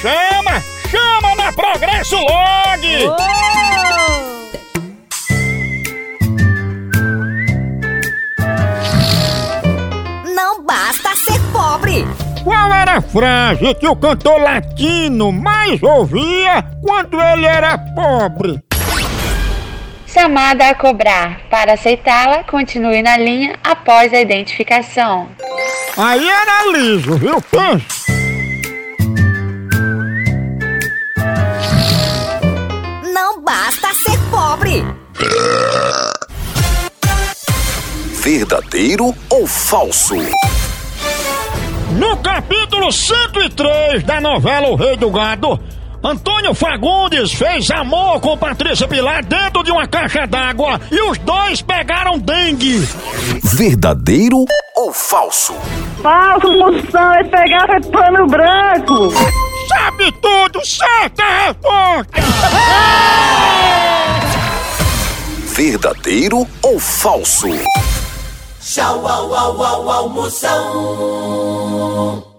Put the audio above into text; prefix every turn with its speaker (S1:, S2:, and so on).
S1: Chama, chama na Progresso Log.
S2: Oh!
S3: Não basta ser pobre.
S1: Qual era a frase que o cantor latino mais ouvia quando ele era pobre?
S4: Chamada a cobrar. Para aceitá-la, continue na linha após a identificação.
S1: Aí era liso, viu? Pensa.
S3: Não basta ser pobre.
S5: Verdadeiro ou falso?
S1: No capítulo 103 da novela O Rei do Gado, Antônio Fagundes fez amor com Patrícia Pilar dentro de uma caixa d'água e os dois pegaram dengue.
S5: Verdadeiro ou falso?
S6: Falso, moção, ele pegava pano branco.
S1: Sabe tudo, certa resposta!
S5: Verdadeiro ou falso?
S7: Tchau, au, au, au, almoção.